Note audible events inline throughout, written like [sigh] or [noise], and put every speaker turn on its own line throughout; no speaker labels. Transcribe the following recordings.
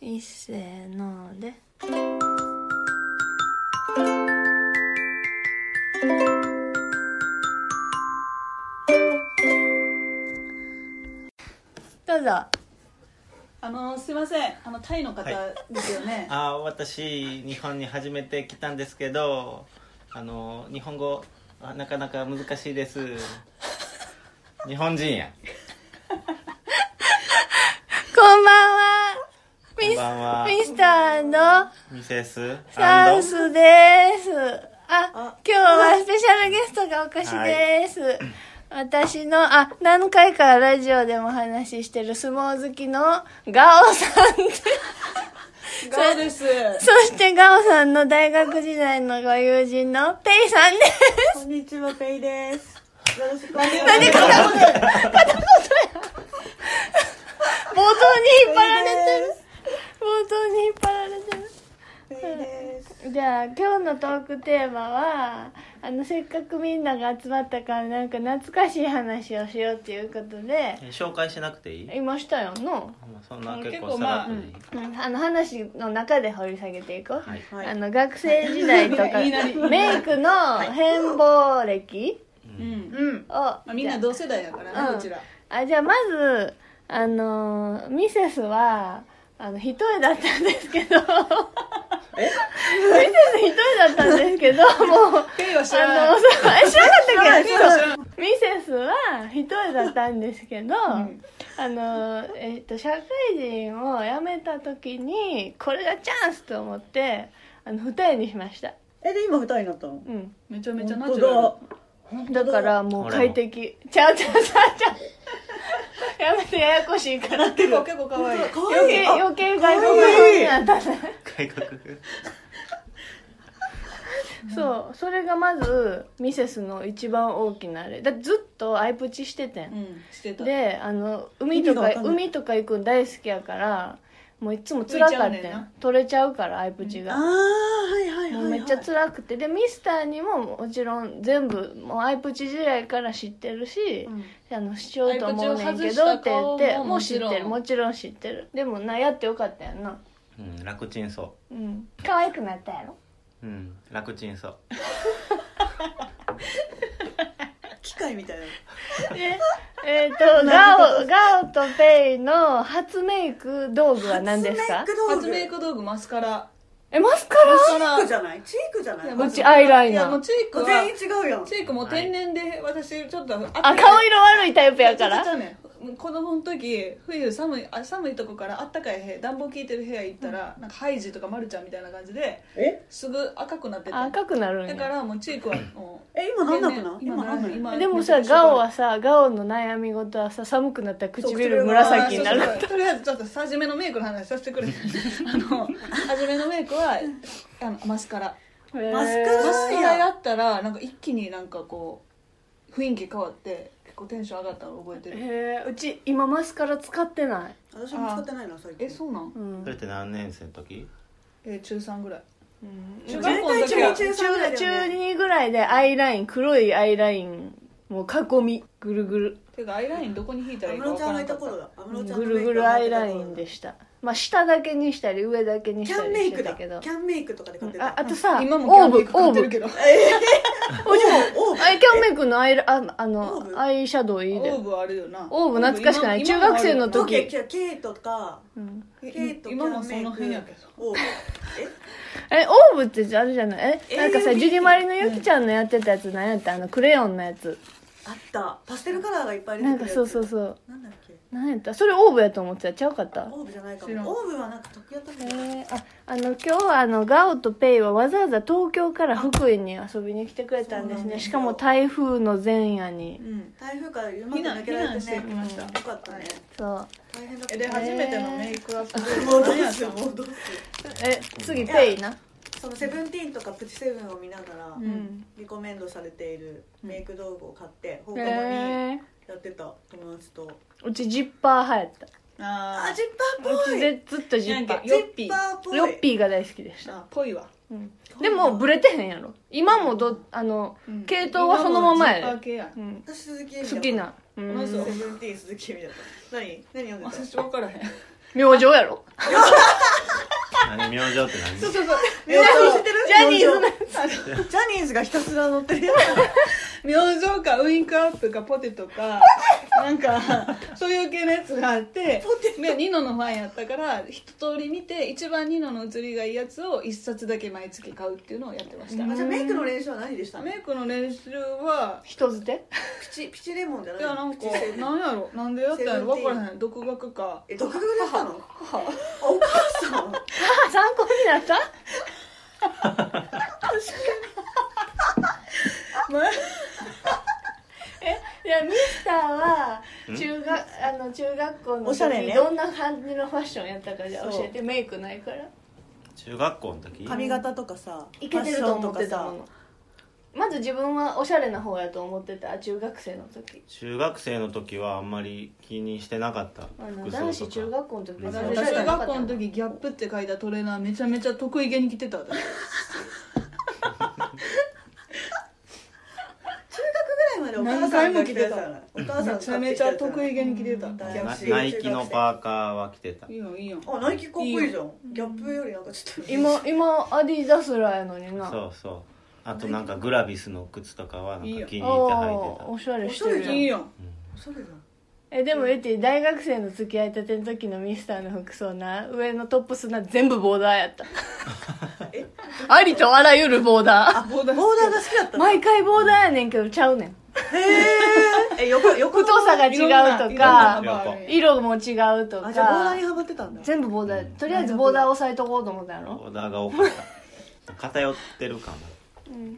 いっせーのでどうぞ
あのすいませんあのタイの方ですよね、
あー私日本に初めて来たんですけどあの日本語あなかなか難しいです日本人や
こんばんはミ
こんばんは
スミスターの
ミセス
サウスですあ
あ
今日はスペシャルゲストがお越しです、私のあ何回かラジオでもお話ししてる相撲好きのガオさんです
ガオです
そしてガオさんの大学時代のご友人のペイさんです。
こんにちはペイですよろしくお願いし
何片言片言や。 [laughs] 冒頭に引っ張られてる。冒頭に引っ張られてる。
ペイです
じゃあ今日のトークテーマはあのせっかくみんなが集まったからなんか懐かしい話をしようっていうことで
え紹介しなくていい
今したよの、
あもうそんな
うん
結
結
構
構
さらっとでいい、
うん、あの話の中で掘り下げていこう、
はい
はい
あの学生時代とか
いいなり
メイクの変貌歴
うんま
を、
あ、みんな
じゃ
同世代だからね、
うん
こちら
ああじゃあまずあのーミセスはあの一重だったんですけどミセ
え
ス一重だったんですけ
[laughs]
どもう
ペイは知らない
あの、そう、え知らなかったっ
ペイは知らない
けミセスは一人だったんですけど、
ん
あの、えっと、社会人を辞めた時に、これがチャンスと思って、あの、二重にしました。
えで今二人になったの
うん。
めちゃめちゃナチ
本
ュラル
当
だからもう快適。ちゃうちゃうちゃうちゃう。 [laughs] やめてややこしいから。
結構結構可愛い
だかわ
余
い
計、
い
余計外国語になったね。
外国
そう、それがまず、ミセスの一番大きなあれ。だってずっとアイプチしててん
うんしてた
であの海とか
意味がわかんない
海とか行くん大好きやからもういつも辛かったん
浮いちゃうねんな
取れちゃうからアイプチ
ああ
が、
はいはいはい、
も
は
う
い、
めっちゃ辛くてでミスターにももちろん全部もうアイプチ時代から知ってるし、あのしようと思うねんけどって言っ
アイプチを外した
て
顔も
もう知ってるも
も
ちろん知ってるでもなやってよかったやんな
うん楽ちんそ
うん可愛くなったやろ
ううん楽ちんそう
機械みたいな
でえっ、とガオガオとペイの初メイク道具は何ですか
初メイク道具
初メイク道具マスカラ
えマスカラ
チークじゃないチークじゃない
いや
うちアイライ
い
ナー
やもうチークは
全員違うやん
チークも天然で私ちょっと
あ
あ
顔色悪いタイプやから
ちょちょちょね子供の時冬寒いあ寒いとこからあったかい部屋暖房効いてる部屋行ったら、なんかハイジとかマルちゃんみたいな感じで
え
すぐ赤くなってて
あ赤くなるん
だ
や
からもうチークはもう
え今なんなくない
今
今なんな
ないい今
でもさガオはさガオの悩み事はさ寒くなったら唇 [laughs] 紫になる
あーそうそうとりあえずちょっと初めのメイクの話させ
[laughs]
てくれあの初めのメイクはあのマスカラ
へー
マスカラ
マスカラやったらなんか一気になんかこう雰囲気変わって結構テンション上がったの覚えてる
へーうち今マスカラ使ってない、
私も使ってないな最近
えそうなん
うん
それって何年生の時
えー中3ぐらい
中中
中学校の時は
絶対中三ぐらいだよね
2ぐらいでアイライン黒いアイラインもう囲みぐるぐる
ていうかアイラインどこに引いたらい
安
いか分
室ち
か
ゃんが
ら
い
なか
た
った
頃だ安室ちゃん
ぐるぐるアイラインで
し
したまあ下だけにしたり上だけに
キ
した
ャ
り
ンメ
し
イ
て
ク
た
だ
けど
キャンメイクとかで買って
あ
た
あとさ
今もキャン
オ
メ
ー
イ
ブ
ク買
オー
ってる
ブ
けどオ
おおお
あキャンメイクのアイラああ
オー
の
ブ
アイシャドウいいで
ーブあるよな
オーブ懐かしくない
今今もあるよ
中学生の
ど
時
けケケイトとか
うん
ケイトキ
今
ャ
も
ン
そ
メイ
の
ク
辺やけど
おえ
えオーブってあるじゃないえなんかさ
えー
ジュリマリのゆきちゃんのやってたやつ何やったあのクレヨンのやつ
あったパステルカラーがいっぱい出て
なん
くる
か
やつ
そうそうそう
なんだっけ
何やったそれオーブやと思ってたちゃうかった
オーブじゃないか
知らん
もオーブはなんか特やったみ
え
たいな
ー、ああの今日はあのガオとペイはわざわざ東京から福井に遊びに来てくれたんです
そうなん
ね
だ
しかも台風の前夜に
うん
台風からうまく
避難
抜け
避
られ
難
て
して
ね
きました、
よかったね
そう
大変だった
えで初めてのメイクアッ [laughs] プで
もうど
何
う
やっ
す
た
るも
の
うどうする
え次ペイな
そのセブンティーンとかプチセブンを見ながら
うん
リコメンドされているメイク道具を買って放課後にや
え
ってた友達と
ー、うちジッパー派やった
あ
あジ
ー
ッパーっぽ
うち
い
でずっとジッパ
なん
ー
か
ジッパーっぽい
ヨッピーが大好きでした
あぽいわ、
うんでもブレてへんやろ今もどあの、
うん
系統はそのまま
今もジッ
や
パー系や
で、うん、
私鈴木
好きな、う
まず
セ
ん、
ブンティーン鈴木みたいな何何読んでた
私分からへん
明星やろ
何明星って
そう
[laughs]
そう
何
[laughs] そう
明星
ジャニーズの
ジャニーズがひたすら乗ってるや
[laughs] 明星かウインクアップかポテト [laughs] かなんかそういう系のやつがあってでニノのファンやったから一通り見て一番ニノの写りがいいやつを一冊だけ毎月買うっていうのをやってました
つあじゃあメイクの練習は何でした
メイクの練習は
人づて
ピチピチレモンじゃない
いやなんか
ピチレモン
なんやろなんでやったんやろ分からへん独学か
え独学でやったの
母
あお母さん
あ参考になったえじゃあミスターは中学あの中学校の
おしゃれ
時
ね
どんな感じのファッションやったかじゃあ
そう
教えてメイクないから
中学校の時
髪型とかさ
いけてると思ってたも
ファッションと
のまず自分はおしゃれな方やと思ってた中学生の時
中学生の時はあんまり気にしてなかった
あの
服
男子
装
中
とか
学校の時別におしゃれじゃ
中
なか
学
った
校の時ギャップって書いたトレーナーめちゃめちゃ得意げに着てた私
中学ぐらいまでお母さんが着てたよねお母
め
さんが
ちゃめちゃ得意
い
げに着てた
うん
ギ
な
ャッ
男
プ
子
ナイキのパーカーは着てた
いいよいいよ
あナイキかっこいいじゃんギャップよりなんかちょっと
今今アディダスラやのにな
そうそうあとなんかグラビスの靴とかはなんか気に入って履い
お
て
ー
た
おしゃれして
おしゃれじゃん
る
いい
やん
よ
おしゃれじゃん
えでもエティ大学生の付き合いたての時のミスターの服装な上のトップスな全部ボーダーやった
え
ありとあらゆるボーダ
ボーダー
ボーダーが好きだっ
ー
たの
毎回ボーダーやねんけどちゃうねん
へーえ横横
太さが違うとか
い
色も違うと
あじゃあボーダーに
か
ハマってたんだ
全部ボーダーとりあえずボーダー押さえとこうと思ったやろ
オーダーが多かった偏ってるかも、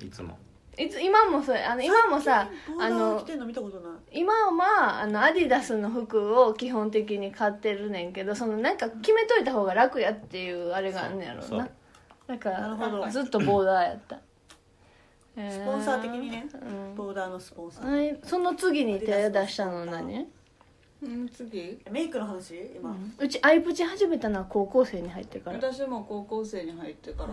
いつも
いつ今もそうやあの今もさ
ボ
あ
ーダー
の
着てんの見たことない
今はまああのアディダスの服を基本的に買ってるねんけどそのなんか決めといた方が楽やっていうあれがあんねやろ
そうう
なだか
なるほ
ら
ど
ずっとボーダーやったス
[laughs] スポンサー的にね
うん
ボーダーのスポンサー
あれその次に手出したの何
うん次
メイクの話今
うちアイプチ始めたのは高校生に入ってから
私も高校生に入ってか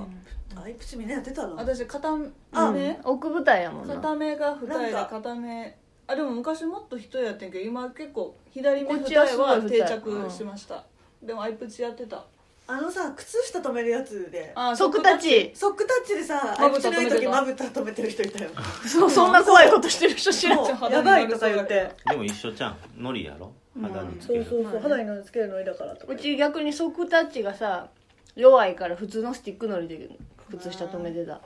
ら
アイプチみんなやってたの
私片
う
目
ん奥舞台やもんな
片目が二重で
なんか
片目あでも昔もっと人やってんけど今結構左目
こっ
二
ちは
重
すごい
は
二重
定着しましたでもアイプチやってた
あのさ靴下止めるやつで
あ
即立ち
ソックタッチでさア
ま
イ
ぶ
プ
た
チ
止
の
め
いい
て
時
た
まぶた止めてる人いたよ
そうそんな怖いことしてる人知らん
も
ちゃ
う
肌
や
にな
ば
り
いとか言って
でも一緒じゃんノリやろ肌につける、
そうそう肌にのつけるのりだからと
うち逆にソックタッチがさ弱いから普通のスティックのりで靴下止めてた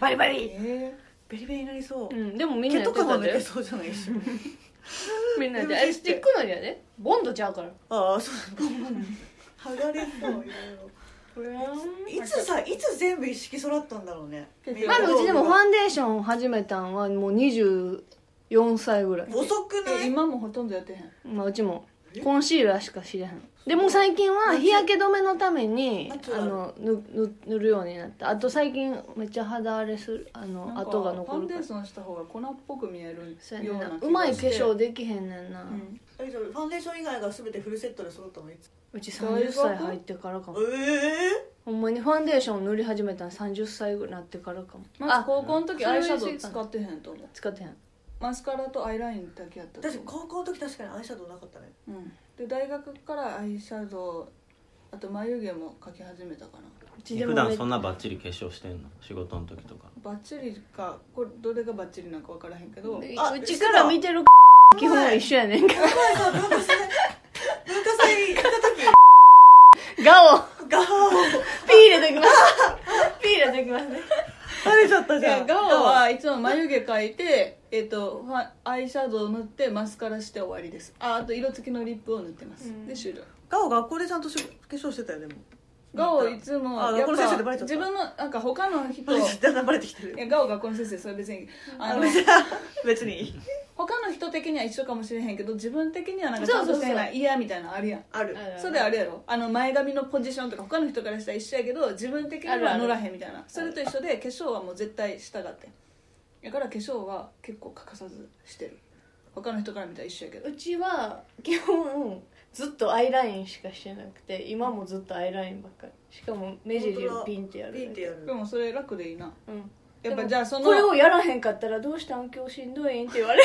バリバリ
え
ベリベリになりそう
うんでもみんな
毛
や
と
って
かも
たで
抜けそうじゃない一瞬
みんなであれスティックのりやでボンドちゃうから
ああそう剥がれそういろいろいつさいつ全部一式揃ったんだろうね
結局
まずうちでもフ
ン
ァンデーションを始めたんはもう24歳ぐらい、
遅く
ー
な
え
い
今もほとんどやってへん
まあ、うちもコンシーラーしか知らへんでも最近は日焼け止めのために
夏
あのぬぬ塗るようになったあと最近めっちゃ肌荒れするあの
なんか
跡が残
ファン
る
デ
か
ー
ら
ションした方が粉っぽく見える
そうや
よう
ねん
な
な
気がして
うまい化粧できへんねんな、う
うん
えじゃあファンデーション以外が全てフルセットで揃ったのいつ
ち30歳入ってからかも
え
ほんまにファンデーション塗り始めたの30歳ぐらいなってからかも
まず
あ
高校の時アイシャドウ使ってへんと思う
使ってへん
マスカラとアイラインだけやった
え
と
私
思う
高校の時確かにアイシャドウなかったね
うん、で大学からアイシャドウあと眉毛も描き始めたかな
うちで
普
もめ
段
っ
そんなバッチリ化粧してんの仕事の時とか
バッチリかこれどれがバッチリなんか分からへんけど
あ
うちから見てる基本は一緒やねんけど
お前さ文化祭文化祭行った
ガオ
時ガオ
ピー入れときますピー入れときますね
バレちゃったじゃ
で
ん
ガオはいつも眉毛描いて、えっとファアイシャドウ塗ってマスカラして終わりですああと色付きのリップを塗ってます、で終了
ガオ学校でちゃんとし化粧してたよでも
ガオいつも
あ
やっ
この先生で
ぱ
バレちゃった
自分のなんか他の人
バレてだんだんバレてきて
い
る
やガオがこの先生それ別にあの
[laughs] 別にいい
他の人的には一緒かもしれへんけど自分的にはなんかち
そ
ゃ
うんそう
と
そう
してない嫌みたいなのあるやん
ある
それあれやろあの前髪のポジションとか他の人からしたら一緒やけど自分的に
あるあ
は
る
乗らへんみたいなそれと一緒で化粧はもう絶対したがってだから化粧は結構欠かさずしてる他の人から見たら一緒やけど
うちは基本ずっとアイラインしかしてなくて今もずっとアイラインばっかりしかも目尻をピンってやるだけ
ピンってや
で
る
もそれ楽でいいな
うん
やっ
で
ぱ
も
じゃあその
これをやらへんかったらどうしたん今日しんどいんって言われる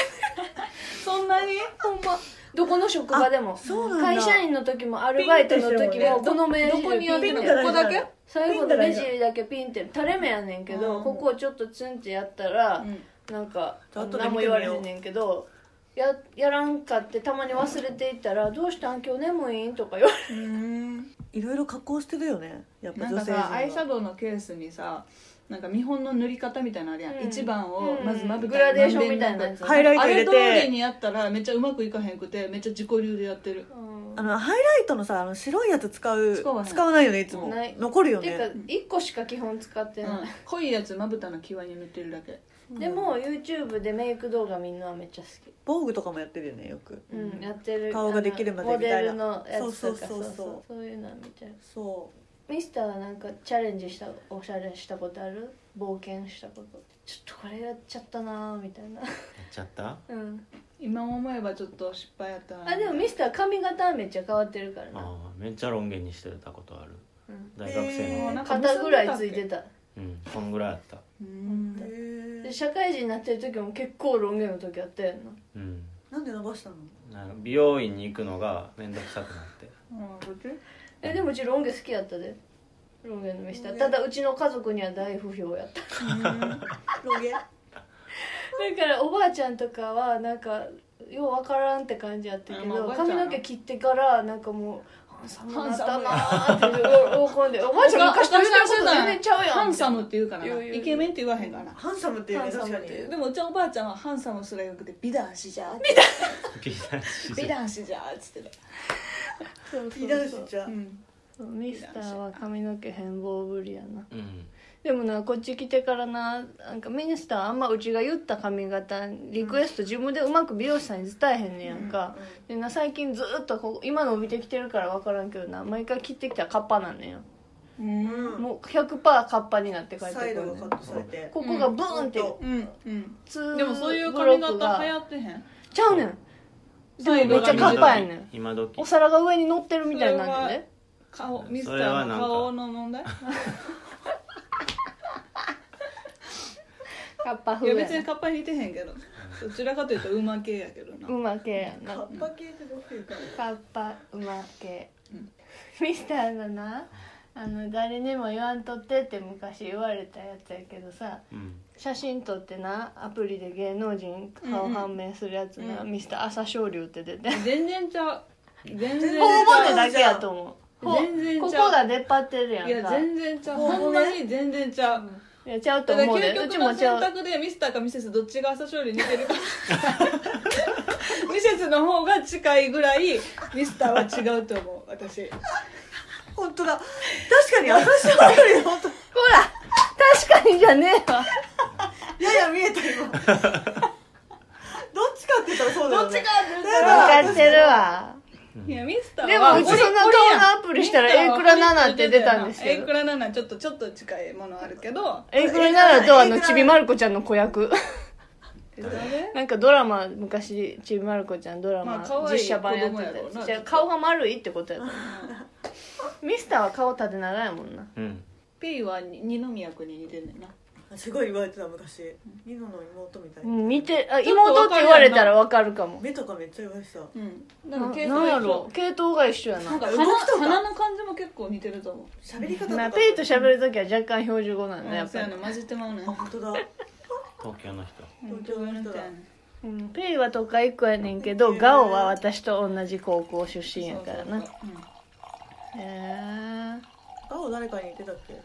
そんなに
ほんまどこの職場でも
そうなん
会
だ
社員の時もアルバイトの時
ピン
も
で
この目
ど
尻
こにやってんの
ピン
こ
で
こだけ
最後の目尻だけピンって垂れ目やねんけど
うん
ここをちょっとツンってやったら
うん
なんか
ちょっと
何も言われへんねんけどややらんかってたまに忘れていったら「どうしたん今日眠いん?」とか言われ
いろいろ加工してるよねやっぱ
なん
女
か
性陣は
さアイシャドウのケースにさなんか見本の塗り方みたいなのあるやん、
うん
一番をまずまぶたに
グラデーションみたいなやつ
ハイライト
あ
入
れ通
れ
り
て
にやったらめっちゃうまくいかへんくてめっちゃ自己流でやってる
うん
あのハイライトのさあの白いやつ使う
使わない
使わないよねいつも
ない
残るよ
ていうか
ね
1個しか基本使ってない、
濃いやつまぶたの際に塗ってるだけ
でも YouTube でメイク動画みんなめっちゃ好き
防具とかもやってるよねよく
うん、やってる
顔ができるまで
あのモ
み
デ
たいな
ルのやつとか
そうそうそうそう
そういうのみたいな
そ
ミスターはなんかチャレンジしたおしゃれしたことある冒険したことちょっとこれやっちゃったなーみたいな
ちゃった
うん
今思えばちょっと失敗やったな
あでもミスター髪型はめっちゃ変わってるから
あ
な、
あめっちゃロン毛にしてたことある
うん、
大学生
へ
の、
ー
なんか
肩ぐらいついてた
うんこんぐらいあった
う
うんへ
で
え
社会人になってる時も結構ロン毛の時あったやんな
うん
なんで伸ばしたの
あの美容院に行くのが面倒くさく
[laughs]
なって
あこっち
えでもうちロン毛好きやったでロン毛のミスタ
ロ
ー
ン
た
毛
だうちの家族には大不評やった
ロゲ
だからおばあちゃんとかはなんかようわからんって感じやったけ
あまあお
ど
ばあちゃん
髪
な
の毛切ってからなんかもう「ハンサムになったな」
[laughs]
って喜んで「おば
マ
あちゃん昔と言うてること全然ちゃうやん」
ハンサムって言うから
言う
な
言う
イケメンって言わへんからな
ハンサムっていうね
ハンサ
確
ム
か
っ
に
ていう
でもうちのおばあちゃんはハンサムすらよくて美男子じゃ
ピーターシーズン
美男子じゃっつって
そうそう
美男子じゃ
た、うん、
そうミスターは髪の毛変貌ぶりやな
うん
でもなこっち来てからななんかミスターあんまうちが言った髪型リクエスト自分でうまく美容師さんに伝えへんねやんか、でな最近ずっとこう今伸びてきてるから分からんけどな毎回切ってきたらカッパなんねんよ
うん
もう100%カッパになって帰ってく
サイ
る
ド
ね
が
ん
カットされて
ここがブーンって、
う
うんうん
ツ
でもそういう髪型
ブロック
流
が
行ってへん
ちゃうねん
最
めっちゃカッパやねん
今時
お皿が上に乗ってるみたいになって
それ
ね
は顔ミスタ
それは
ーの
なんか
顔の問 [laughs] 題
カッパ
い
風
や
や
別に
な
カッパ引いてへんけどどちらかというと馬系やけどな
うま系や
カ
な
ッパ系ってどういうか
カッパうま系、
うん
ミスターのなあの誰にも言わんとってって昔言われたやつやけどさ
うん
写真撮ってなアプリで芸能人顔判明するやつな、
う
ミスター朝青龍って出て
全然ちゃう全然
全
ち
頬
然
ゃ
骨だけやと思うほ
全然
こ
ちゃ
こ
う
が出っ張ってるやん
う
か
いや全然ちゃう
頬
ほん
骨
まに全然ちゃう
いやちゃうと
だから
思うで
究
う
極
ちも
の
ちゃ
選
う
択でミスターかミセスどっちが朝勝利似てる [laughs] かミセスの方が近いぐらいミスターは違うと思う私
本当だ確かに私はより本当
ほら確かにじゃねえわ
やや見えた今どっちかって言ったらそうだ
ど
よ
っ
ね
ちかって言っ
や
たら
分かってるわ
いやミスター
で
は
もうちその顔のアプリしたら A クラ7って出たんですけ
エイ
ど
クラ7ちょっとちょっと近いものあるけど
えこれならとあのちびまる子ちゃんの子役なんかドラマ昔ちびまる子ちゃんドラマ、
まあ可愛い
実写版やってたや
子供やろう
つ
な
じゃあ顔が丸いってことやからミスターは顔縦長やもんな
うん
ペイは二宮君に似てんねんな
すごい言われてた昔ニノの妹みたい
うん
に
見てあ
ちょっと
妹って言われたら分かるかも
目とかめっちゃ言われてた
うん
な
なん
なん
か
やろ系統が一緒や
なん
な
か
動きと
鼻
か
鼻の感じも結構似てると思う
喋り方と
まあ
か
ペイと喋るときは若干標準語なんだ、
うん
やっ
そ
ぱ
う
り
やねん混じってまうねん
あ本当だ
東京の人
東京の人だ
うん、ペイは都会一個やねんけど、
へー
ガオは私と同じ高校出身やからな。へ
そうそうそう
え
青誰かに似てたっけ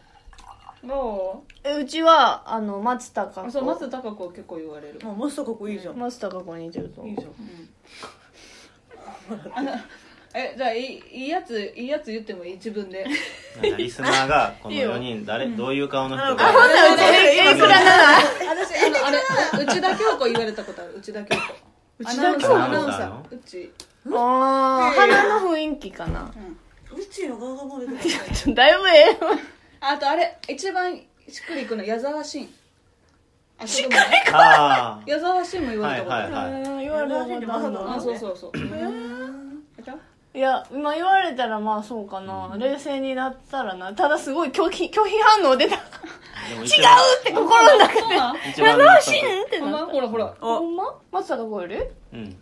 うんど
え、うちは、あの、松たか
う
子。
そう松たか子結構言われる
もうモスとかっこいいじゃんい
松たか子に似てると思
いうじ。ゃん
えじゃあいいいいやついいやつ言ってもいい自
[laughs]
分で
なんかリスナーがこの
いいよ
4人誰どういう顔の人
あ
ほ
ほ
ん
が
ならうち、
え
[laughs] え、いくらなら
私あのあれ内田京子言われたことある内田京子
内田京
子
アナウンサーアナウンサーうち
あー、
ペイ
花の雰囲気かな。
うちの側がもう出てた
ちょだいぶええわ。
あとあれ一番しっくりいくの矢沢慎あしっくり
あ
矢沢慎も言
あ
わ
は
れ
い
たことあ
は
る
いはい
うん言われたことある
ま
あ
な
だ。
そうそうそう
いや、今言われたらまあそうかな。冷静になったらな。ただすごい拒否、拒否反応出た。違う
でも
って心の中
そうなん
一
で、
番
楽し
納
んって
ほん
な
ま
った。
ほらほら
ほんま松たか子より
得うん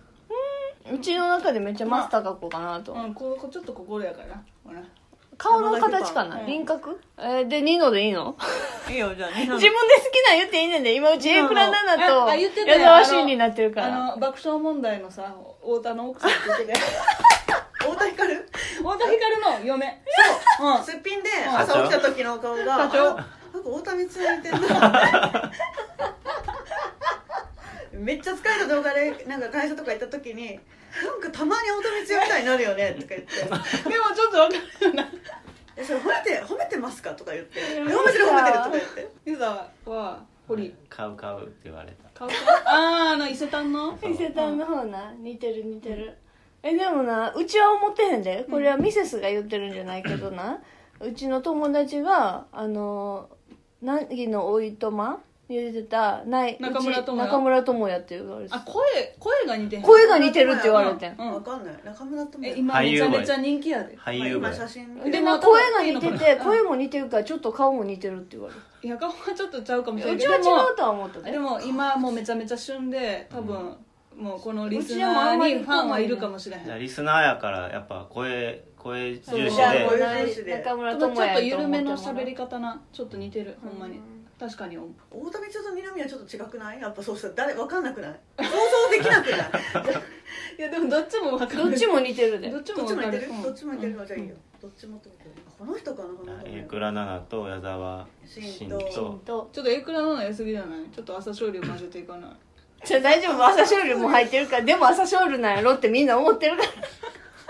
うちの中でめっちゃ松たか子かなと、
うん、ここちょっと心やからほら
顔の形かな、
うん
輪郭、えーでニノでいいの
いいよじゃあニノ
自分で好きなん言っていいねんで今うち
うん
エイクラナナと
ああ言ってたよ
矢沢真理になってるか
あ
ら
の爆笑問題のさ太田の奥さんって言ってたよ
太田光る
太田光の嫁そう、うん、
すっぴんで朝起きた時の顔があ
課長
なんか太田光似てん
[laughs]
なめっちゃ疲れた動画でなんか会社とか行った時になんかたまに太田光みたいになるよねとか言って
でもちょっと分かるよな
えそれ褒めて褒めてますかとか言ってえ褒めてる褒めてるとか言って
ゆざは堀
買う買うって言われた
顔かあああの伊勢丹の
そう
伊勢丹の方な似てる似てる、えでもなうちは思ってへんでこれはミセスが言ってるんじゃないけどな、うちの友達があの凪のおいとまに出てたないうち
中村倫也
中村智也って言われて
あ
た
声声が似てへん
声が似てるって言われてん
うん
わかんない中村智
え
也
今めちゃめちゃ人気やで
俳
まあ
優部
今写真
え
で
で
も
中村
声が似て
いい
て
のかな
声も似てるからちょっと顔も似てるって言われて
いや顔はちょっとちゃうかもしれな
う
い
ち
け
は
ど
違うとは思った
で
で
も今もうめちゃめちゃ旬で多分もうこのリス
うちはもうあ
ナ
んまり
ーにファンはいるかもしれへん
じゃあ
ち
リスナーやからやっぱ声声重視
じゃあこう
で
いう重視で
中村
ょっ
智也やと思
と緩
っ
め
て
の
もら
喋
う
り方なちょっと似てるほんまに確かに思う
太田光と南はちょっと違くないやっぱそうしたら誰わかんなくない想像できなくない
いやでもどっちも分か
[laughs]
る
どっちも似てるで
どっち
ど
も
っち
分
も
か
似て
る
るどっちも似てるのじゃあいいよどっちもってことこの人かなこの人
イクラナナと矢沢真
真
と
と
と
ちょっとエクラなのやすぎじゃないちょっと朝青龍混ぜていかない
じゃあ大丈夫朝青龍も入ってるからでも朝青龍なんやろってみんな思ってるから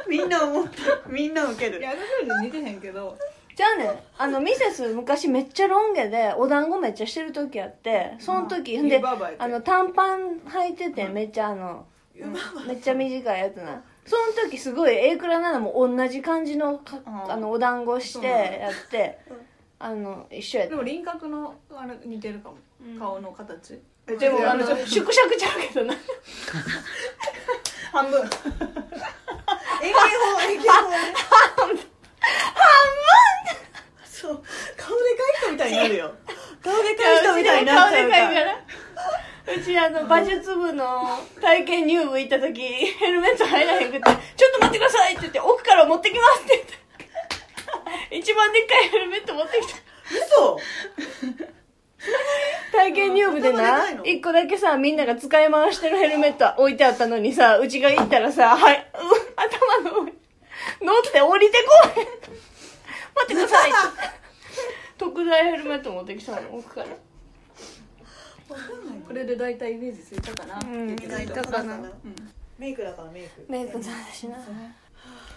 みんな思ったみんな受ける
いや朝青龍似てへんけど
じゃあねあのミセス昔めっちゃロン毛でお団子めっちゃしてる時あってその時、
うん
ん、で
湯婆婆やって
あの短パン履いててめっちゃあの、
うま
めっちゃ短いやつなその時すごい A クラなのも同じ感じのか
あー
あのお団子してやって、あの一緒やっ
でも輪郭のあれ似てるかも、顔の形
たでもあの [laughs]
[laughs]
縮尺ちゃうけどな
半分
演技法演技法ねそう顔でかい人みたいになるよ顔でかい人みたいになっちゃうから
うちあの馬術部の体験入部行った時ヘルメット入らへんくて「ちょっと待ってください」って言って「奥から持ってきます」って言って一番でっかいヘルメット持ってきた
嘘
体験入部で
頭で
な
かいの
一個だけさみんなが使い回してるヘルメット置いてあったのにさうちが行ったらさ「はいう頭の上乗って降りてこへん」「待ってください」って特大ヘルメット持ってきたの奥から
わかんない
これで大体イメージついたかな、
ん
言ってたけど
ついたかな
メイクだからメイク
メイクの話な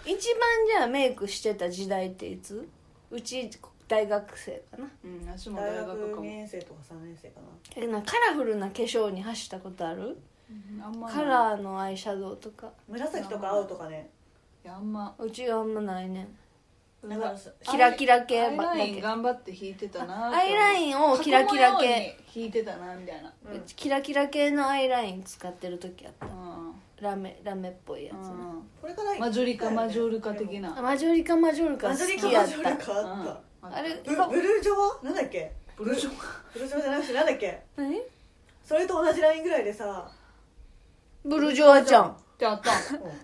一番じゃあメイクしてた時代っていつうち大学生かな
うん私も
大
大学
学
か
2
も
年生とか3年生かな
えなんかカラフルな化粧に走ったことある
うんあんまない
カラーのアイシャドウとか
紫とか青とかね
いやあんま
うちはあんまないね
なんか
キラキラ系
アイ
ばっか
アイ
り
ライン頑張って引いてたな
アイライ
ン
ンをキラキラ系
引いてたなみたいな
うん
うちキラキラ系のアイライン使ってる時あった
うん
ラメラメっぽいやつな
うん
これから
マジョリカマジョルカ的
な
あ
な
マジョリカマジョルカ
マ
好
ジョリカ
きや
マ
っ
ジョリ
た
カあった
うん
あれ
ブブルージョはなんだっけ
ブルージョ
ブルージョじゃなくてなんだっけ
何
それと同じラインぐらいでさ
ブルジョワちゃん
ってあった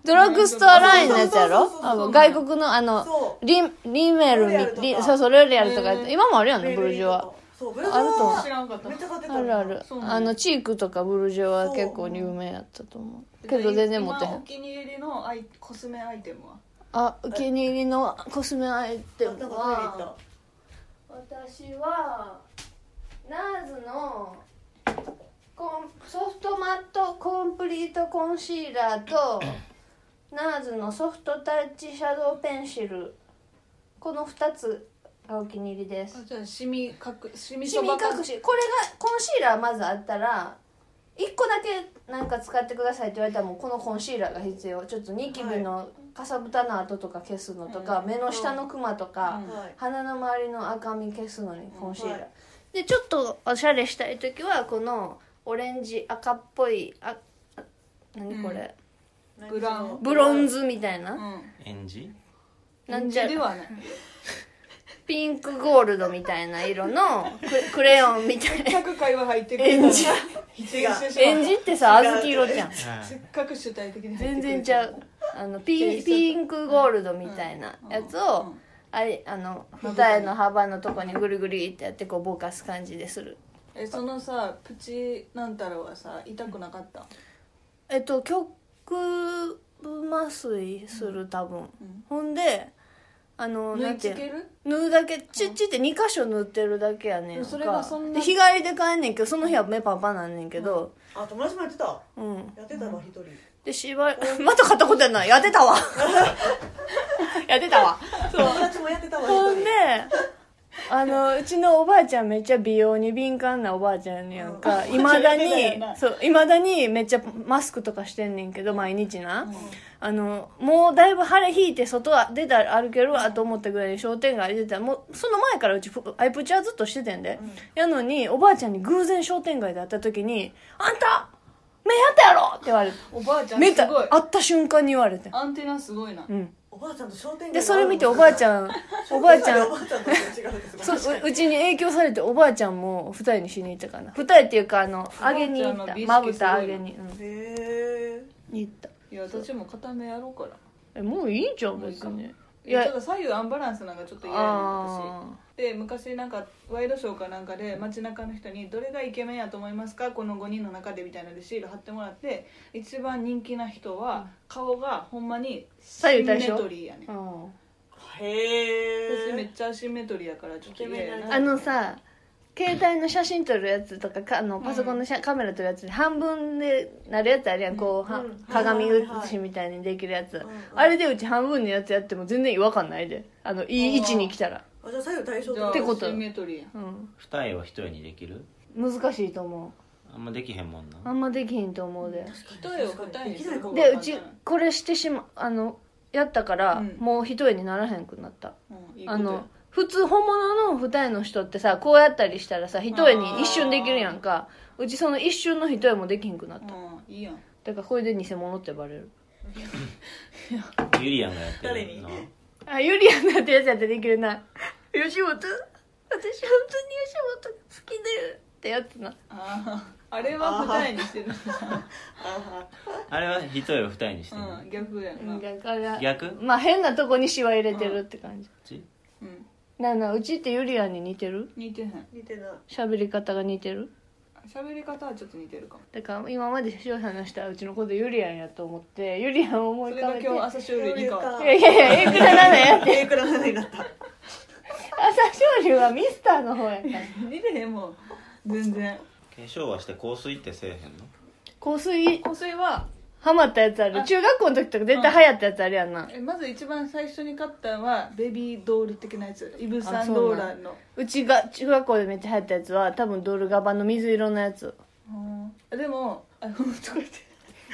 ドラッグストアラインのやつや
そうそうそう
ろ
そう
あの外国のあの
そう
リンリメル
ロレアルとか
にリそうそうロレアルとかやって
うん
今もあるやんね
ベ
ブルジョワ
そうブルジョワ
あると思
知らんかった
めっちゃ買ってた
あるある
そうなんや
あのチークとかブルジョワは結構有名やったと思うけど全然持ってへ
今お
ん
気に入りのアイコスメアイテムは
あお気に入りのコスメアイテ
なんか
ム
トイレ行っ
は
た
私はナーズのコンソフトマットコンプリートコンシーラー [coughs] とナーズのソフトタッチシャドウペンシルこの2つがお気に入りです
あじゃあシミ隠しシミ
シ
そ
ミ
ば
隠しこれがコンシーラーまずあったら1個だけなんか使ってくださいって言われたらもうこのコンシーラーが必要ちょっとニキビのかさぶたの跡とか消すのとか、目の下のクマとか、
うん
はい
鼻の周りの赤み消すのにコンシーラー、
うんはい
でちょっとおしゃれしたい時はこのオレンジ赤っぽいああ何これ、
ブラウン
ブロンズみたいな、
うん
演じ
なんちゃ
ではない
ピンクゴールドみたいな色のククレヨンみたいな
全く会話入ってくる
エンジ
否定してしまう
エンジってさ小豆色じゃん
はい
せっかく主体的に入って
全
くる
然ちゃうあのピンピンクゴールドみたいなやつ
うんう
を
ん
あいあの二重の幅のとこにぐるぐるってやってこうぼかす感じでする
えそのさプチなんたらはさ痛くなかった、
えっと局部麻酔する多分、
うん
ほんであの
縫
ないんてい
付
う
ける
縫うだけチュッチュって2箇所縫ってるだけやねんか
それがそんな
で日帰りで帰んねんけどその日は目パンパンなんねんけど
あ友達もやってたや
うん、
ってたわ一人
でしば [laughs] また買ったことやないやってたわ [laughs] やってたわ
友達もやってたわ
ほ
一
ん
人
であのうちのおばあちゃんめっちゃ美容に敏感なおばあちゃんやねんやんかいまだに
そうやな
そういまだにめっちゃマスクとかしてんねんけど毎日な、あのもうだいぶ晴れ引いて外は出たら歩けるわと思ったぐらいに商店街出たらもうその前からうちふアイプチはずっとしててんで、やのにおばあちゃんに偶然商店街で会った時に「あんた目やったやろ!」って言われて
おばあちゃん
目
す
た
ごい
会った瞬間に言われて、
アンテナすごいな、
うん、
おばあちゃんと商店街
でそれ見ておばあちゃんおばあちゃん
おばあちゃんと違うんです
そうううちに影響されておばあちゃんも二重にしに行ったかな二重っていうかあの
ばあ
上げ
ちゃん
に
の
行った
美意識
まぶた上げに、うん、
へ
行った
いや私も固めやろうから
えもういいじゃん別に
いやちょっと左右アンバランスなんかちょっと嫌やねん私
あ
で昔なんかワイドショーかなんかで街中の人に「どれがイケメンやと思いますかこの5人の中で」みたいなのでシール貼ってもらって一番人気な人は顔がほんまにシ
左右
ン
対
メ
称
トリーやねん
ーうん
ーへ
私
ー
めっちゃシンメトリーやからちょっと嫌や
あ
な
のさ携帯の写真撮るやつとかかあのパソコンの写カメラ撮るやつで半分でなるやつあるやんこうは
うん
鏡
はいは
写
いはい
しみたいにできるやつ
んうん
あれでうち半分のやつやっても全然違和感ないであのいい位置に来たら
あじゃあ左右対称
じゃあ
てこと
シンメトリーや
うん
二重は一重にできる
難しいと思
あんまできへんもんな
うあんまできひんと思うで
一重を二重にする方が
で
簡
う
単
ちこれしてしまあのやったから、
うん
もう一重にならへんくなった
うんいいことや
あの普通本物の二重の人ってさこうやったりしたらさ一重に一瞬できるやんかうちその一瞬の一重もできひんくなった
うんいいやん
だからこれで偽物ってバレる
ユリアンがやってるの
誰に
あユリアンなってやつやってできるな吉本私本当に吉本好きだよってやつな
あーあれは二重に [laughs] してるんじ
あ
あれは一重を二重にして
ゃ
る
ん、うん、逆やな、うん
だから
逆こ
まあ変なとこにシワ入れてるって感じ
っち
なあなあうちってユリアンに似てる
似てへん
似てない
喋り方が似てる
喋り方はちょっと似てるかも
だから今まで塩さんのしたうちのことユリアンやと思ってユリアンを思
そ
い
れ
浮か
が
べて
今日朝収録に変わった
いやいやいや、いくらなのやって。
えくらなになった
朝青龍はミスターの方やから。
似てへんもん全然
化粧はして香水ってせえへんの
香水、
香水は
ハマったやつある。中学校の時とか絶対流行ったやつあるやんな。
えまず一番最初に買ったのはベビードール的なやつイブ・サ
あ
ン
そ
ロ
う
ー
な
ラ
ん
ンの
うちが中学校でめっちゃ流行ったやつは、多分ドルガバの水色のやつ。
うんあでもあほんとこれって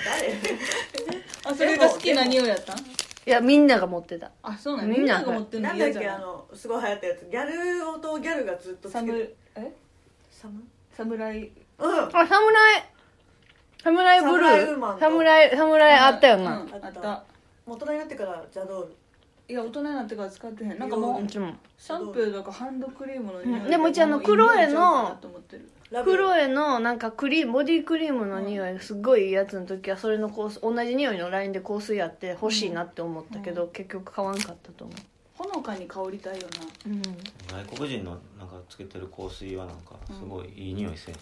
誰
あそれが好きな匂いやったん
いや、みんなが持ってた。
あそうなん
み
み
ん
ん
な
なが持ってる
な
の
んだっ
嫌じゃ
け
な
あ
い
のすごい流行ったやつギャル男ギャルがずっとつ
サ
けて
ム
る
え
サム
サムライ
うん
あ、サムライ。サムライブル
サムライウーマン
ー。
と
サムライ、サムライあったよな
う。んあ
あ
っ
った
た
大人になってからジャドール
いや大人になってから使ってへんなんかも
う
う
ちも。
シャンプーとかハンドクリームの匂い
うんでもうちあの
もいい
ク
匂い
ロエの
ちゃうかなと思ってる
ラ
ク
ブ
ロエのなんかクリームボディクリームの匂いすっごいいいやつの時はそれの香水同じ匂いのラインで香水やって欲しいなって思ったけど、結局買わんかったと思
ほのかに香りたいよな
う、うん、
外国人のなんかつけてる香水はなんかすごいいい匂いせえ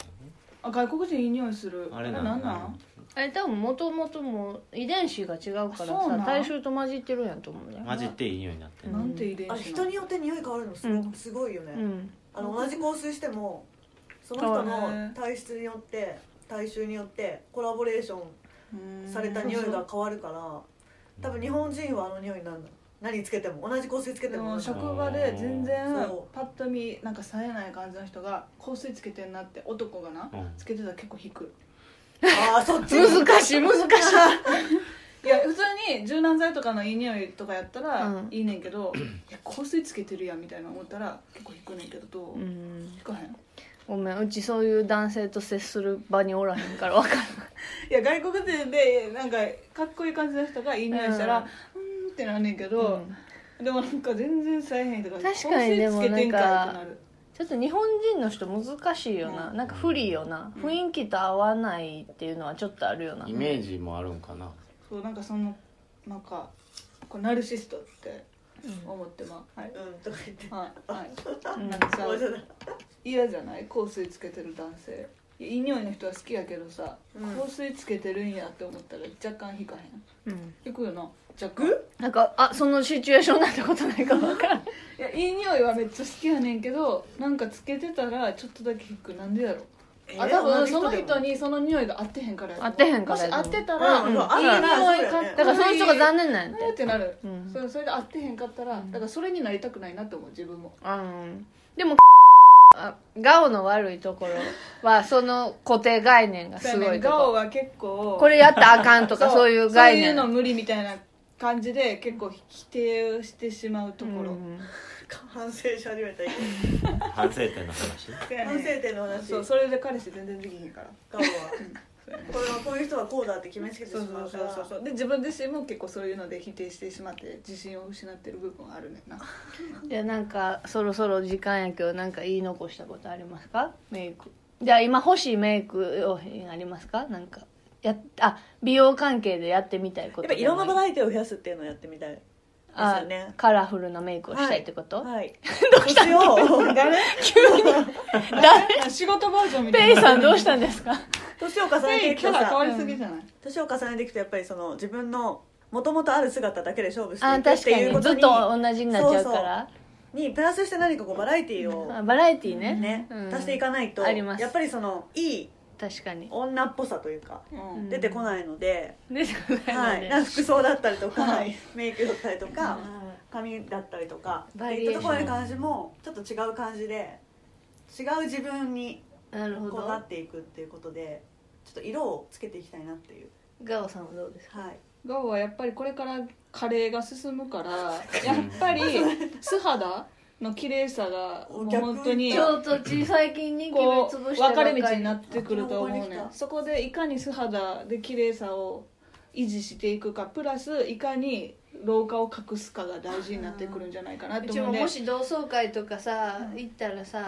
あ外国人いい匂いする
へんあれ
なな
なん
ん
んなん
あれ多分もともともう遺伝子が違うから
あそう
さ
なん
体臭と混じってるやんと思うね
混じっていい匂いになってんの
なんて遺伝子
あ
な
れ
の
人によって匂い変わるのす
う
ご
ん
すごいよね、
うん
あの同じ香水してもその人
変
わる
の
ね
体質によって体臭によってコラボレーションされた匂いが変わるから多分日本人はあの匂いになるの何つけても同じ香水つけて
で
も
も
同じ
職場で全然
そう
パッと見なんか冴えない感じの人が香水つけてんなって男がな、
うん
つけてたら結構引く
ああそっち
難しい難しい
いや普通に柔軟剤とかのいい匂いとかやった
う
ら
ん
いいねんけど、いや香水つけてるやんみたいな思ったら結構引くねんけどど
う
う、
ん
引かへん
ごめんうちそういう男性と接する場におらへんから分からん
いや外国人でなんかかっこいい感じの人がいい匂いしたら、うーんってなんねんけど、でもなんか全然さえへんとか
確かにでもなんか
香水つけてんいってなる
ちょっと日本人の人難しいよな、
うん
なんか不利よな、
うん
雰囲気と合わないっていうのはちょっとあるよな
イメージもあるんかな
そうなんかそのなんかこうナルシストって思ってます、はい
うんとか言って
はいはい
うん
なんかさ
そうじゃない
嫌じゃない香水つけてる男性いやいい匂いの人は好きやけどさ、
うん
香水つけてるんやって思ったら若干引かへ
うん
ん引くよな若干
なんかあそのシチュエーションになったことないか分からん
いやいい匂いはめっちゃ好きやねんけどなんかつけてたらちょっとだけ引くなんでやろあ多分その人にその匂いが合ってへんからやと思う
合ってへんからやと
も
思う
し合ってたら、
うん
うん
いい匂い買
だ
った
からその人が残
念
念なんや
っ
って
てなる、
うん
そうそれで合ってへんかったら、だからそれになりたくないなって思う自分も
うんでもあガオの悪いところはその固定概念がすごいと
ガオ
こ
は結構
これやったらあかんとかそういう概念
そういうの無理みたいな感じで結構否定をしてしまうところ、
うん
反省し始めた
[laughs]
反省点の話 [laughs]
そうやね
反省点の話
そうそれで彼氏全然できへんから
顔はこれはこういう人はこうだって決めつけて
そ
し
う
ま
そう
うか
そう
ら
そうそうで自分自身も結構そういうので否定してしまって自信を失ってる部分はあるねんな
じゃあなんかそろそろ時間やけどなんか言い残したことありますかメイクじゃあ今欲しいメイク用品ありますかなんかやあ美容関係でやってみたいこと
やっぱ色のバ
イ
ラエティを増やすっていうのをやってみたいですよね
カラフルなメイクをしたいってこと、
はいどうしたの
[laughs] 仕事バージョンみた
ペ
い
イ
な
さんどうしたんですか
年を重ね
ペ
て
イ
いく
キャ
と
ラ変わ
さ
りすぎじゃない、
年を重ねていくとやっぱりその自分のもともとある姿だけで勝負して
あ
いくっ
確
て
か
いうこ
にず
と
っ
に
と同じになっちゃうから
にプラスして何かこうバラエティーを
あバラエティーね
ね、
うん
足していかないと
あります
やっぱりそのいい
確かに
女っぽさというか
うん
出てこないので、
出てこな
はい
の
い、
で、
なんか服装だったりとか、
はい
メイクだったりとか、髪だったりとかっ
バリ
て
エ
い
ー
っ
ショ
た
ン
ところの感じもちょっと違う感じで違う自分に
なるほ
こうな
ど
っていくっていうことでちょっと色をつけていきたいなっていう
ガオさんはどうですか
はい
ガオはやっぱりこれからカレーが進むからやっぱり素肌の綺麗さがもう本当に
ちょっと小さい筋肉
こう
潰して
分かれ道
ば
にな
かり
ってくると思うね
あ
そこでいかに素肌で綺麗さを維持していくかプラスいかに老化を隠すかが大事になってくるんじゃないかな
う
と
ち
思う
も
ね
もし同窓会とかさ行ったらさ、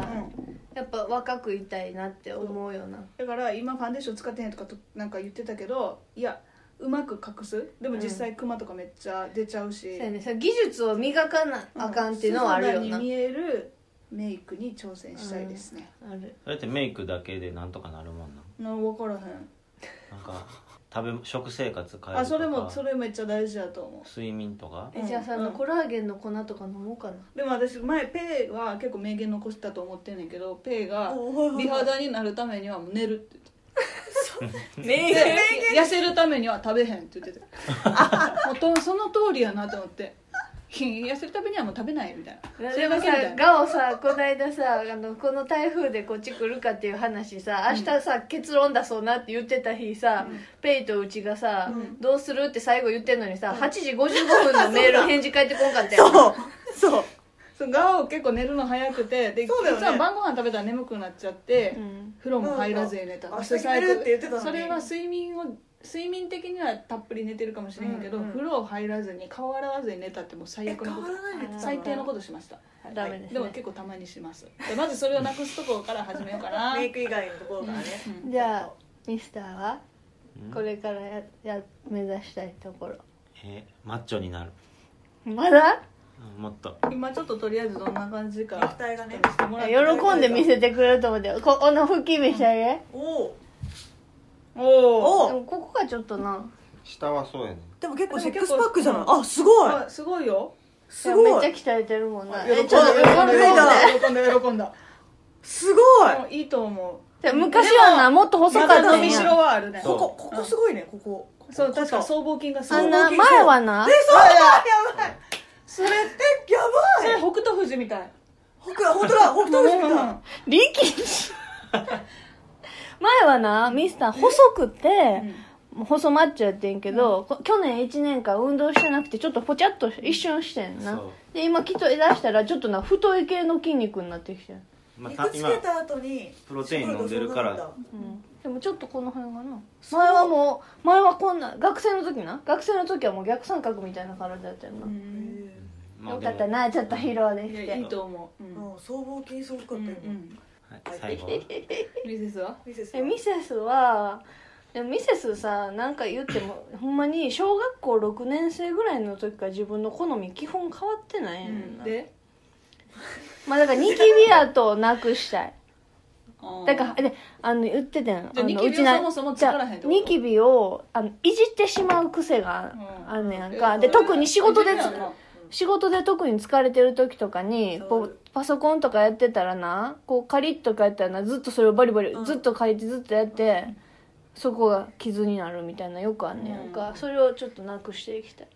やっぱ若くいたいなって思うよな
だから今ファンデーション使ってへんとかとなんか言ってたけどいやうまく隠すでも実際クマとかめっちゃ出ちゃうし、
そうやねさ技術を磨かなあかんっていうのはあるよ
素
な、
肌に見えるメイクに挑戦したいですね、
ある
それってメイクだけでなんとかなるもんな
な
ん
分からへん
なんか食べ食生活変えるとか
あそれもそれめっちゃ大事だと思う
睡眠とか
え
うん
じゃあさ、
うん
コラーゲンの粉とか飲もうかな
でも私前ペイは結構名言残したと思ってんねんけどペイが
おー
美肌になるためにはもう寝るって
名
言ってで痩せるためには食べへんっ
[laughs]
て言ってたもうとその通りやなと思って痩せるためにはもう食べないみたいなそ
で
れ
も
だ
さ
けみたいな
ガオさこないださあのこの台風でこっち来るかっていう話さ明日さ、結論出そうなって言ってた日さ、ペイとうちがさ、どうするって最後言ってんのにさ、8時55分のメール返事返ってこんかったやん
そうそう
そうガオ結構寝るの早くてで
そうだよね
実は晩ご飯食べたら眠くなっちゃって、
うん
風呂も入らずに寝た、
うんあ明日寝るって言ってたのに
それは睡眠を睡眠的にはたっぷり寝てるかもしれへんけど、
うんうん
風呂を入らずに顔洗わずに寝たってもう最
え変
悪のこ
わ
と
らないで言ってたの
最低のことしましたはい
ダメですね
でも結構たまにしますでまずそれをなくすところから始めようか
[laughs]
な
メイク以外のところからね
うん
じゃあミスターは
うん
これからやや目指したいところ
えマッチョになる
まだ
うんもっと
今ちょっととりあえずどんな感じか
肉体がね
してもらって
喜んで見せてくれると思ってここの吹き見してあげ
おお
おお
お
で
お
もここがちょっとな
下はそうやね
でも結構
で
シ
も
ッ
結
ク
構
スパックじゃないあすごい
すごいよ
すごい
めっちゃ鍛えてるもんな
喜
え
んだ
ちょっと
喜んで
喜んだ喜んだ
すごい
もういいと思
で昔はなもっと細かった
う伸
ん
び
や
しろはあるね
そう
ここここすごいねここ
そう確か僧帽筋がす
あ
ご
ん
い
な前はな
そうだやばい
それ
えや
そ
ばい
れ北斗富士みたい
ほくほんとだほくと
う
み
ん
た
力士前はなミスター細くて細マッチョやってんけど、こ去年1年間運動してなくてちょっとポチャっと一瞬してんな
そう
で今きっと出したらちょっとな太い系の筋肉になってきてん、
まあ、
い
た
肉つ
今
けた後に
プロテイン飲んでるから
うん、でもちょっとこの辺がな前はもう前はこんな学生の時な学生の時はもう逆三角みたいな体やったよな、
うん
へ
まあ
よ
で
か
も
ったなちょっと披露で
い
き
やい
て
いと思う、うん
うん僧帽筋すごか
う
っ
ん
た
う
よ、
ん、
はい、最後は
ミセスは
ミセス
えミセスはでもミセスさなんか言っても [clears throat] ほんまに小学校6年生ぐらいの時から自分の好み基本変わってな
う
いねん
ん
な、
で
まあだからニキビ跡をなくしたいだかららであの言ってたやん
じ
あ
ゃあ
の
ニキビを
うちな
そもそも作らへんってこと
じゃあニキビをあのいじってしまう癖が
うん
あんねやんか、で特に仕事でつ
えそれは
仕事で特に疲れてる時とかに
そう
こうパソコンとかやってたらなこうカリッとかやったらなずっとそれをバリバリ、
うん
ずっと書いてずっとやってそこが傷になるみたいなよくあんねやんか、
うん
それをちょっとなくしていきたい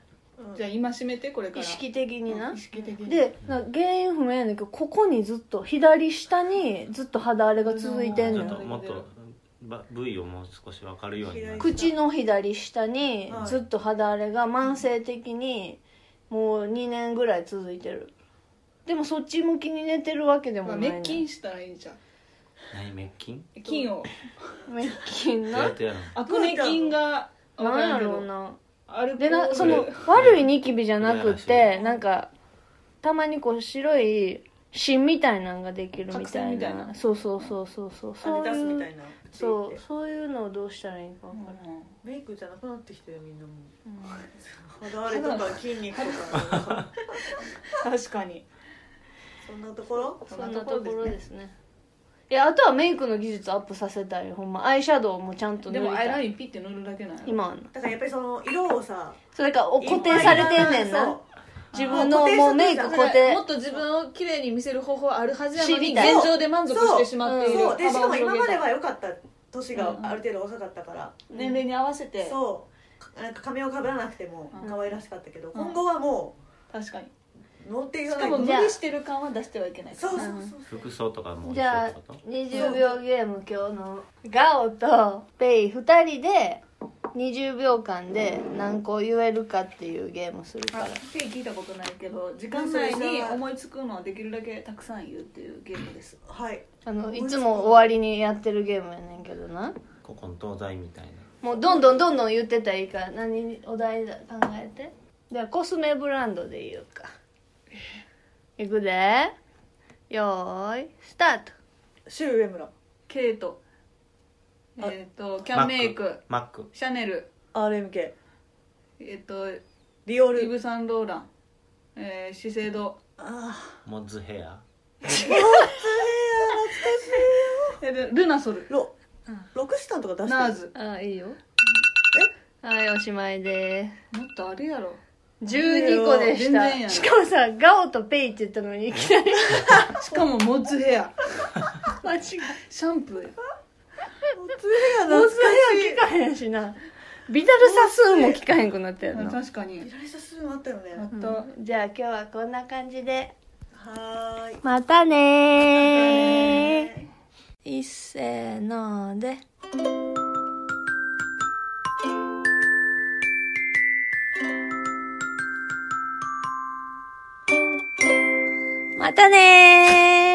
うん
じゃあ戒めてこれから
意識的にな、
意識的に
でな原因不明やねんけどここにずっと左下にずっと肌荒れが続いてん
ち
の
ょ
よ
っともっとば部位をもう少し分かるようになって
口の左下にずっと肌荒れが慢性的にもう2年ぐらい続いてるでもそっち向きに寝てるわけで
ま
も
あ
ない、ねん、
滅菌したらいいじゃん
何滅菌
菌を
滅菌
どうや
な
ってやるの
アクネ菌が
なんやろうな
ある
でなそ
そ
の
れ
悪いニキビじゃなく
羨ま
てなんかたまにこう白い芯みたいなのができるみたい
角栓みた
ない
な
そうそうそうそうそうそ
ア
う
ディダスみ
い
た
う
いな
そうそういうのをどうしたらいいか分からん
メイクじゃなくなってきてるみんなも
うん
う肌荒れとか筋肉と
[laughs]
か
確かに
そんなところ
そんなところですねいやあとはメイクの技術アップさせたいほんまアイシャドウもちゃんと
で
塗り
もアイ
た
ラ
い
インピッて塗るだけなの
今はな
だからやっぱりその色をさ
それかお固定されてんねん
そう
な自分の
固定
もうメイク
させ
固定
もっと自分を綺麗に見せる方法あるはずやの
知
に
りたい
現状で満足してしまっている
そうでしかも
幅を
今
広げ
ま
た
では良かった年がある程度若かったから、
年齢に合わせて
そうかなんか髪をかぶらなくても
うん
可愛らしかったけど、
ん
今後はも
確かに
う乗ってい
し
かな
か
いと
も無
じゃあ
理してる感は出してはいけない
そうそうそうそう
服装とかも一
じ
緒
ゃ
っ
あ
てこと
20秒ゲーム今日のガオとペイ2人で20秒間で何個言えるかっていうゲームするから
手聞いたことないけど時間内に思いつくのはできるだけたくさん言うっていうゲームです
はい
あのいつも終わりにやってるゲームやねんけどな
ここの東西みたいな
もうどんどんどんどん言ってたらいいから何お題だ考えてじゃあコスメブランドで言うかいくでよーいスタート
シュウ上村
ケイトえっ、とキャンメイク
マック
シャネル
RMK
えっ、と
リオー
イ
ル
ブ・サンローラン、えー、資生堂
ああ
モッズヘア
えでルナソル
[laughs] ロロクシタンとか出してる
ナーズ
あいいよはいおしまいで
もっとあれやろ
す12個でし
全然や
た
ん
しかもさガオとペイって言ったのにいきな [laughs] り
しかもモッツヘア
[laughs] 間違え
シャンプーや
モツヘア
もう
懐
そ
か
れは聞かへんしなビタルサスーンも聞かへんくなったよな、
確かに
しいライサスーンあったよね
あった、
うんじゃあ今日はこんな感じで
はーい
またねー
またね
いっせーのでまたねー